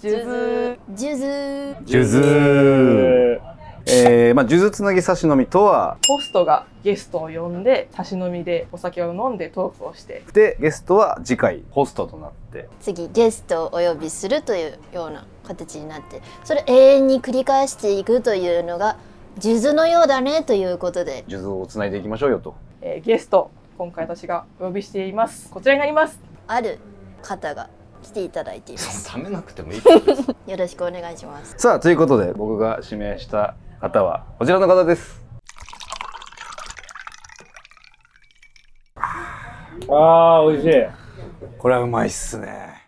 ジュズジュズ数珠えー、まあ数珠つなぎ差し飲みとはホストがゲストを呼んで差し飲みでお酒を飲んでトークをしてでゲストは次回ホストとなって次ゲストをお呼びするというような形になってそれ永遠に繰り返していくというのが数珠のようだねということで数珠をつないでいきましょうよとえーゲスト今回私がお呼びしていますこちらになりますある方が来ていただいています冷めなくてもいいけどよろしくお願いしますさあということで僕が指名した方はこちらの方ですああ、美味しい。これはうまいっすね